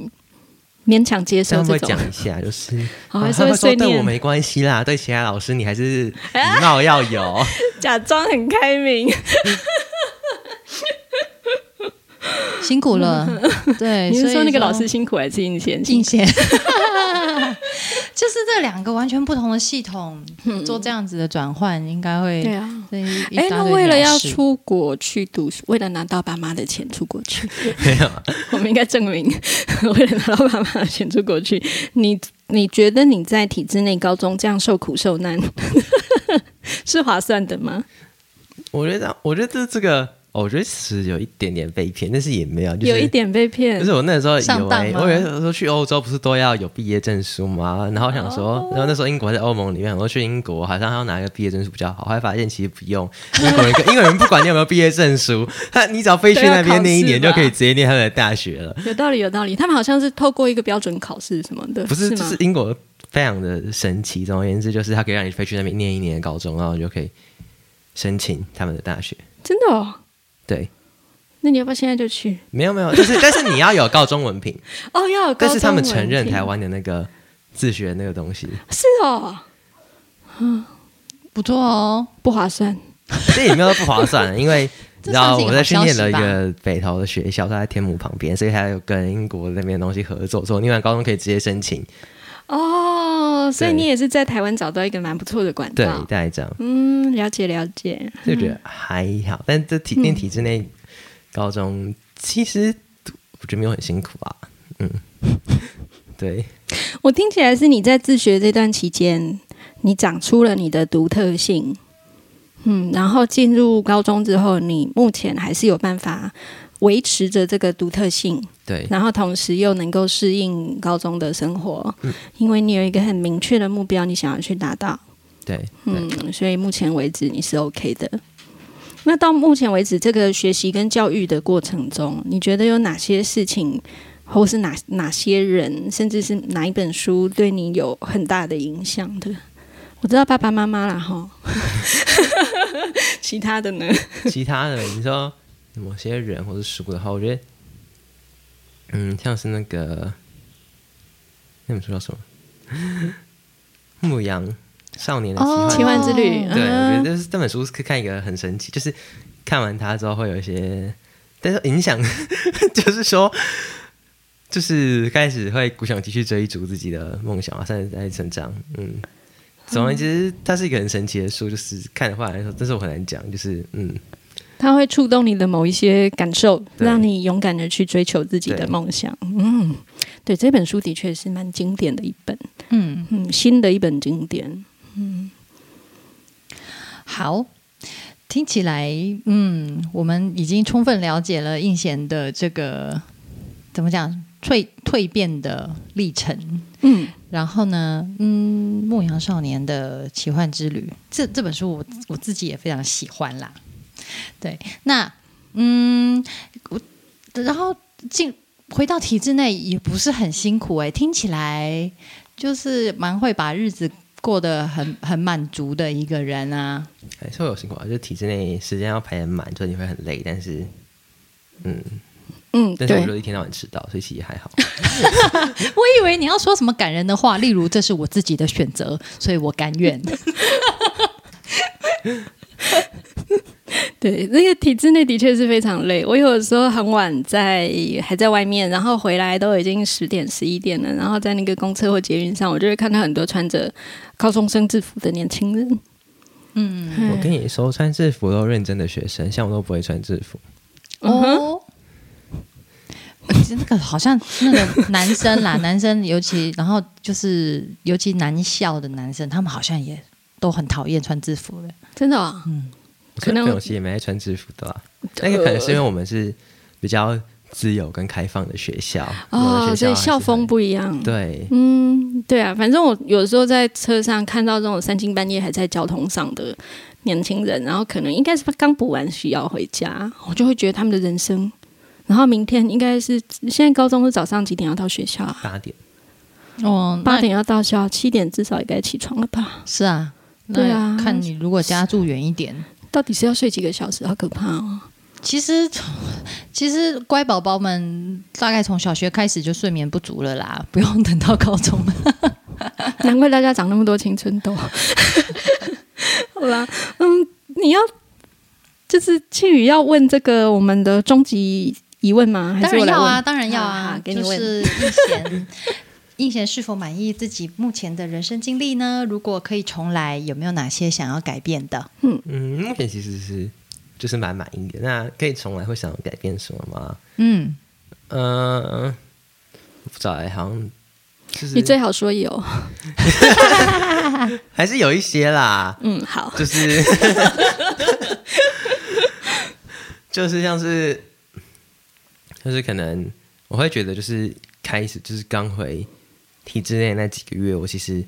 [SPEAKER 2] 勉强接
[SPEAKER 3] 这
[SPEAKER 2] 受
[SPEAKER 3] 样
[SPEAKER 2] 这
[SPEAKER 3] 会
[SPEAKER 2] 种
[SPEAKER 3] 讲，一下，就是、
[SPEAKER 2] 好
[SPEAKER 3] 啊
[SPEAKER 2] 哦还是
[SPEAKER 3] 他
[SPEAKER 2] 会
[SPEAKER 3] 们说
[SPEAKER 2] 碎
[SPEAKER 3] 对我
[SPEAKER 2] 念，
[SPEAKER 3] 没关系啦，对其他老师你还是 礼貌要有。
[SPEAKER 2] 哎假装很开明。
[SPEAKER 1] 辛苦 了。对，
[SPEAKER 2] 你
[SPEAKER 1] 所
[SPEAKER 2] 是
[SPEAKER 1] 以
[SPEAKER 2] 说那个老师辛苦还是应贤辛
[SPEAKER 1] 进
[SPEAKER 2] 苦？
[SPEAKER 1] 贤，就是这两个完全不同的系统做这样子的转换，应该会
[SPEAKER 2] 嗯对啊。
[SPEAKER 1] 对一
[SPEAKER 2] 哎，
[SPEAKER 1] 大
[SPEAKER 2] 那
[SPEAKER 1] 堆
[SPEAKER 2] 为了
[SPEAKER 1] 鸟
[SPEAKER 2] 要
[SPEAKER 1] 事
[SPEAKER 2] 出国去读书，为了拿到爸妈的钱出国去，
[SPEAKER 3] 没有，
[SPEAKER 2] 我们应该证明，为了拿到爸妈的钱出国去，你你觉得你在体制内高中这样受苦受难 是划算的吗？
[SPEAKER 3] 我觉得我觉得这这个，哦我觉得其实有一点点被骗，但是也没有，就是、
[SPEAKER 2] 有一。点被骗
[SPEAKER 3] 就，是我那时候以
[SPEAKER 1] 上当
[SPEAKER 3] 为，
[SPEAKER 1] 吗
[SPEAKER 3] 我以为说去欧洲不是都要有毕业证书吗？然后我想说，
[SPEAKER 2] 哦
[SPEAKER 3] 然后那时候英国还在欧盟里面，我说去英国好像还要拿一个毕业证书比较好。后来发现其实不用，英国人跟英国人不管你有没有毕业证书，他你只要飞去那边念一年
[SPEAKER 2] 都
[SPEAKER 3] 就
[SPEAKER 2] 要考试吧
[SPEAKER 3] 可以直接念他们的大学了。
[SPEAKER 2] 有道理，有道理。他们好像是透过一个标准考试什么的，
[SPEAKER 3] 不是，
[SPEAKER 2] 是
[SPEAKER 3] 就
[SPEAKER 2] 吗
[SPEAKER 3] 是英国非常的神奇。总而言之，就是它可以让你飞去那边念一年的高中，然后你就可以申请他们的大学。
[SPEAKER 2] 真的哦。
[SPEAKER 3] 对，
[SPEAKER 2] 那你要不要现在就去？
[SPEAKER 3] 没有没有，就是 但是你要有高中文 凭，
[SPEAKER 2] 哦，要有高
[SPEAKER 3] 但
[SPEAKER 2] 中
[SPEAKER 3] 是他们
[SPEAKER 2] 文
[SPEAKER 3] 承认
[SPEAKER 2] 凭
[SPEAKER 3] 台湾的那个自学那个东西，
[SPEAKER 2] 是哦，
[SPEAKER 1] 不错哦，
[SPEAKER 2] 不划算。
[SPEAKER 3] 这也没有不划算，因为。
[SPEAKER 1] 这
[SPEAKER 3] 然
[SPEAKER 1] 算
[SPEAKER 3] 后
[SPEAKER 1] 是一个
[SPEAKER 3] 我
[SPEAKER 1] 好
[SPEAKER 3] 在训
[SPEAKER 1] 消
[SPEAKER 3] 练
[SPEAKER 1] 息
[SPEAKER 3] 了一
[SPEAKER 1] 吧
[SPEAKER 3] 个北投的学校，它在天母旁边，所以它有跟英国那边的东西合作，所以我念完高中可以直接申请。
[SPEAKER 2] 哦，所以
[SPEAKER 3] 对
[SPEAKER 2] 你也是在台湾找到一个蛮不错的管
[SPEAKER 3] 对
[SPEAKER 2] 道，。
[SPEAKER 3] 大概这样。
[SPEAKER 2] 嗯，了解了解。
[SPEAKER 3] 就觉得还好，但这体练体制内高中其实我觉得没有很辛苦啊，嗯，对，
[SPEAKER 2] 我听起来是你在自学这段期间，你长出了你的独特性。嗯，然后进入高中之后，你目前还是有办法维持着这个独特性，
[SPEAKER 3] 对，
[SPEAKER 2] 然后同时又能够适应高中的生活，因为你有一个很明确的目标，你想要去达到。
[SPEAKER 3] 对，对，
[SPEAKER 2] 嗯，所以目前为止你是 OK 的。那到目前为止，这个学习跟教育的过程中，你觉得有哪些事情，或是哪哪些人，甚至是哪一本书对你有很大的影响的？我知道爸爸妈妈啦，哈， 其他的呢？
[SPEAKER 3] 其他的你说某些人或者书的话，我觉得，嗯，像是那个那本书叫什么， 《牧羊少年的奇幻
[SPEAKER 1] 哦
[SPEAKER 3] 之旅》
[SPEAKER 2] 奇幻之旅，
[SPEAKER 3] 对，我觉得
[SPEAKER 2] 嗯
[SPEAKER 3] 就是这本书是看一个很神奇，就是看完它之后会有一些，但是影响 就是说，就是开始会鼓想继续追逐自己的梦想啊，现在在成长，嗯。总而言之，它是一个很神奇的书，就是看的话来说，但是我很难讲，就是嗯，
[SPEAKER 2] 它会触动你的某一些感受，
[SPEAKER 3] 对
[SPEAKER 2] 让你勇敢的去追求自己的
[SPEAKER 3] 对
[SPEAKER 2] 梦想。嗯，对，这本书的确是蛮经典的一本。
[SPEAKER 1] 嗯，
[SPEAKER 2] 嗯，新的一本经典。
[SPEAKER 1] 好。听起来，嗯，我们已经充分了解了应贤的这个怎么讲蜕蜕变的历程。
[SPEAKER 2] 嗯，
[SPEAKER 1] 然后呢，嗯，《牧羊少年的奇幻之旅》这这本书我我自己也非常喜欢啦。对，那嗯，我然后进回到体制内也不是很辛苦哎、听起来就是蛮会把日子过得很很满足的一个人啊。
[SPEAKER 3] 还是会有辛苦啊。就是体制内时间要排得满，所以你会很累，但是嗯，
[SPEAKER 2] 嗯，
[SPEAKER 3] 但是我
[SPEAKER 2] 对
[SPEAKER 3] 就，一天到晚迟到，所以其实还好。
[SPEAKER 1] 我以为你要说什么感人的话，例如这是我自己的选择，所以我甘愿。
[SPEAKER 2] 对，那个体制内的确是非常累。我有时候很晚在还在外面，然后回来都已经十点十一点了，然后在那个公车或捷运上，我就会看到很多穿着高中生制服的年轻人。
[SPEAKER 1] 嗯，
[SPEAKER 3] 我跟你说，穿制服都认真的学生，像我都不会穿制服。
[SPEAKER 1] 哦。那个好像那个男生啦，男生尤其，然后就是尤其男校的男生，他们好像也都很讨厌穿制服的。
[SPEAKER 2] 真的、哦，
[SPEAKER 3] 我
[SPEAKER 2] 可
[SPEAKER 3] 可
[SPEAKER 2] 能
[SPEAKER 3] 能我其实也没在穿制服的啦，那个可能是因为我们是比较自由跟开放的学校，我们
[SPEAKER 2] 哦，
[SPEAKER 3] 的
[SPEAKER 2] 所以
[SPEAKER 3] 学
[SPEAKER 2] 校风
[SPEAKER 3] 不
[SPEAKER 2] 不一样。
[SPEAKER 3] 对，
[SPEAKER 2] 嗯，对啊，反正我有时候在车上看到这种三更半夜还在交通上的年轻人，然后可能应该是刚补完习要回家，我就会觉得他们的人生，然后明天应该是现在高中是早上几点要到学校啊？
[SPEAKER 3] 八点
[SPEAKER 1] 哦，
[SPEAKER 2] 八点要到校，七点至少也该起床了吧？
[SPEAKER 1] 是啊，
[SPEAKER 2] 对啊
[SPEAKER 1] 那看你如果家住远一点，
[SPEAKER 2] 到底是要睡几个小时？好可怕 哦！
[SPEAKER 1] 其实其实乖宝宝们大概从小学开始就睡眠不足了啦，不用等到高中了。
[SPEAKER 2] 难怪大家长那么多青春痘。 好啦，嗯，你要就是庆宇要问这个我们的终极疑问吗？还
[SPEAKER 1] 当
[SPEAKER 2] 是我
[SPEAKER 1] 然
[SPEAKER 2] 来
[SPEAKER 1] 要
[SPEAKER 2] 问
[SPEAKER 1] 啊，当然要
[SPEAKER 2] 好好
[SPEAKER 1] 啊，
[SPEAKER 2] 给你
[SPEAKER 1] 就
[SPEAKER 2] 问
[SPEAKER 1] 是应贤， 应贤是否满意自己目前的人生经历呢？如果可以重来，有没有哪些想要改变的？
[SPEAKER 3] 嗯，目前其实是就是蛮满意的。那可以重来，会想改变什么吗？
[SPEAKER 1] 嗯，
[SPEAKER 3] 嗯、呃，我不知道哎、好像就是
[SPEAKER 2] 你最好说有。
[SPEAKER 3] 还是有一些啦，
[SPEAKER 2] 嗯，好，
[SPEAKER 3] 就是 就是像是就是可能我会觉得就是开始就是刚回体制内那几个月，我其实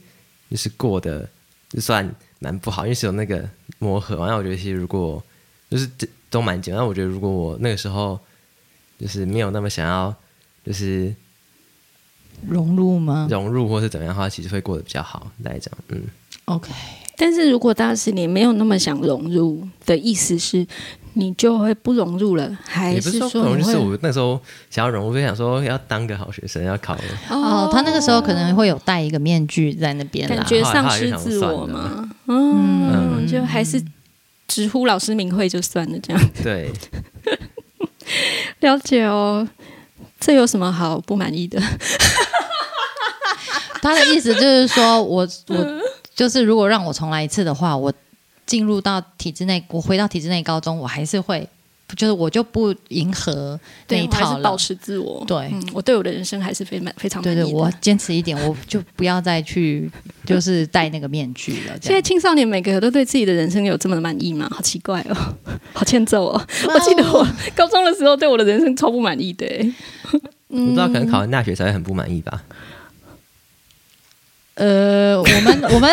[SPEAKER 3] 就是过得就算蛮不好，因为是有那个磨合嘛。那我觉得其实如果就是这都蛮久，那我觉得如果我那个时候就是没有那么想要就是
[SPEAKER 1] 融入吗
[SPEAKER 3] 融入或是怎么样的话，其实会过得比较好。大概这样，嗯。
[SPEAKER 1] ？OK，
[SPEAKER 2] 但是如果当时你没有那么想融入的意思是，你就会不融入了，还
[SPEAKER 3] 也不是说不
[SPEAKER 2] 哎说
[SPEAKER 3] 融，
[SPEAKER 2] 你
[SPEAKER 3] 就
[SPEAKER 2] 会
[SPEAKER 3] 是我那时候想要融入，就想说要当个好学生，要考。
[SPEAKER 1] 哦，他那个时候可能会有戴一个面具在那边啦
[SPEAKER 2] 感。觉丧失自我嘛？ 嗯，就还是直呼老师名讳就算了，这样
[SPEAKER 3] 对，
[SPEAKER 2] 了解哦。这有什么好不满意的？
[SPEAKER 1] 他的意思就是说，我我就是如果让我重来一次的话，我进入到体制内，我回到体制内高中，我还是会，就是我就不迎合那一
[SPEAKER 2] 我还
[SPEAKER 1] 套
[SPEAKER 2] 是
[SPEAKER 1] 了
[SPEAKER 2] 保。持自我。
[SPEAKER 1] 对
[SPEAKER 2] 嗯，我对我的人生还是非满非常满
[SPEAKER 1] 对
[SPEAKER 2] 意的。
[SPEAKER 1] 对，我坚持一点，我就不要再 去就是戴那个面具了。这
[SPEAKER 2] 现在
[SPEAKER 1] 样
[SPEAKER 2] 青少年每个都对自己的人生有这么满意吗？好奇怪哦，好欠揍哦！我记得我 高中的时候对我的人生超不满意的欸、
[SPEAKER 3] 我知道可能考完大学才会很不满意吧。
[SPEAKER 1] 呃，我们 我们我们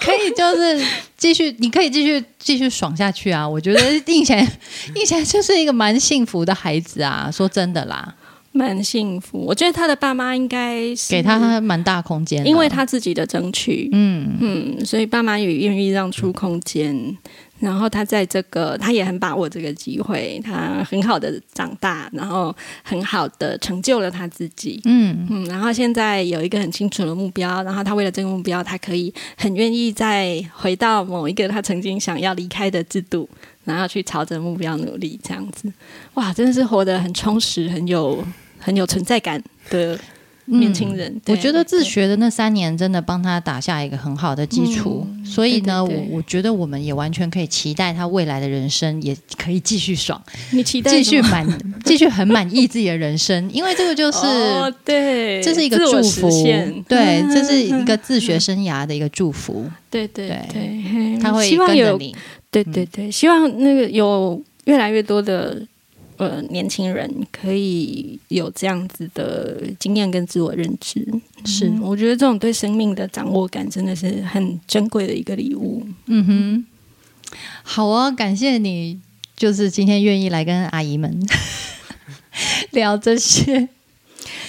[SPEAKER 1] 可以就是继续，你可以继续继续爽下去啊！我觉得应贤 应贤就是一个蛮幸福的孩子啊，说真的啦，
[SPEAKER 2] 蛮幸福。我觉得他的爸妈应该是
[SPEAKER 1] 给他蛮大空间的，
[SPEAKER 2] 因为他自己的争取，
[SPEAKER 1] 嗯
[SPEAKER 2] 嗯，所以爸妈也愿意让出空间。然后他在这个，他也很把握这个机会，他很好的长大，然后很好的成就了他自己。
[SPEAKER 1] 嗯
[SPEAKER 2] 嗯，然后现在有一个很清楚的目标，然后他为了这个目标，他可以很愿意再回到某一个他曾经想要离开的制度，然后去朝着目标努力，这样子，哇，真的是活得很充实，很有很有存在感的年轻人。
[SPEAKER 1] 嗯
[SPEAKER 2] 对啊
[SPEAKER 1] 我觉得自
[SPEAKER 2] 对
[SPEAKER 1] 学的那三年真的帮他打下一个很好的基础，所以呢，
[SPEAKER 2] 对对对
[SPEAKER 1] 我我觉得我们也完全可以期待他未来的人生也可以继续爽，
[SPEAKER 2] 你期待
[SPEAKER 1] 继
[SPEAKER 2] 什
[SPEAKER 1] 续
[SPEAKER 2] 么
[SPEAKER 1] 满，继续很满意自己的人生，因为这个就是。
[SPEAKER 2] 哦对，
[SPEAKER 1] 这是一个
[SPEAKER 2] 自
[SPEAKER 1] 祝
[SPEAKER 2] 我实
[SPEAKER 1] 福
[SPEAKER 2] 现，
[SPEAKER 1] 对，
[SPEAKER 2] 嗯
[SPEAKER 1] 这是一个自学生涯的一个祝福，
[SPEAKER 2] 对对
[SPEAKER 1] 对
[SPEAKER 2] 对，嘿
[SPEAKER 1] 他会
[SPEAKER 2] 嗯希望
[SPEAKER 1] 跟着
[SPEAKER 2] 有
[SPEAKER 1] 你。嗯
[SPEAKER 2] 对对对，希望那个有越来越多的呃年轻人可以有这样子的经验跟自我认知。是，我觉得这种对生命的掌握感真的是很珍贵的一个礼物。
[SPEAKER 1] 嗯哼，好啊，感谢你，就是今天愿意来跟阿姨们 聊这些。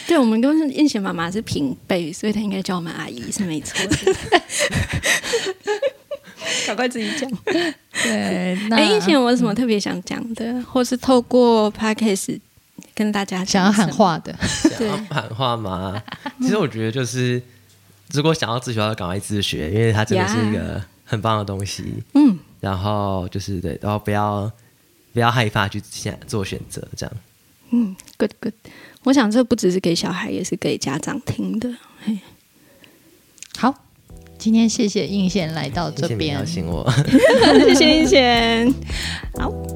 [SPEAKER 2] 对我们跟燕贤妈妈是平辈，所以她应该叫我们阿姨是没错 的。赶快自己讲。
[SPEAKER 1] 对，那嗯
[SPEAKER 2] 哎，燕贤，我有什么特别想讲的，或是透过 podcast 跟大家讲
[SPEAKER 1] 想要喊
[SPEAKER 2] 什么？
[SPEAKER 1] 话的，
[SPEAKER 3] 想要喊话吗？其实我觉得就是，如果想要自学，要赶快自学，因为它真的是一个很棒的东西。
[SPEAKER 2] 嗯，
[SPEAKER 3] 然后就是对，然后不要不要害怕去想做选择，这样。
[SPEAKER 2] 嗯，good good，我想这不只是给小孩，也是给家长听 的。
[SPEAKER 1] 好。今天谢谢应贤来到
[SPEAKER 3] 谢
[SPEAKER 1] 这
[SPEAKER 3] 谢你
[SPEAKER 1] 边
[SPEAKER 3] 邀，请我。
[SPEAKER 2] 谢谢一贤。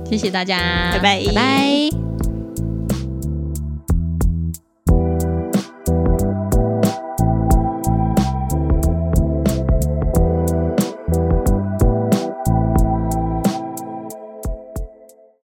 [SPEAKER 1] 谢谢大家，
[SPEAKER 2] 拜拜
[SPEAKER 1] 拜拜。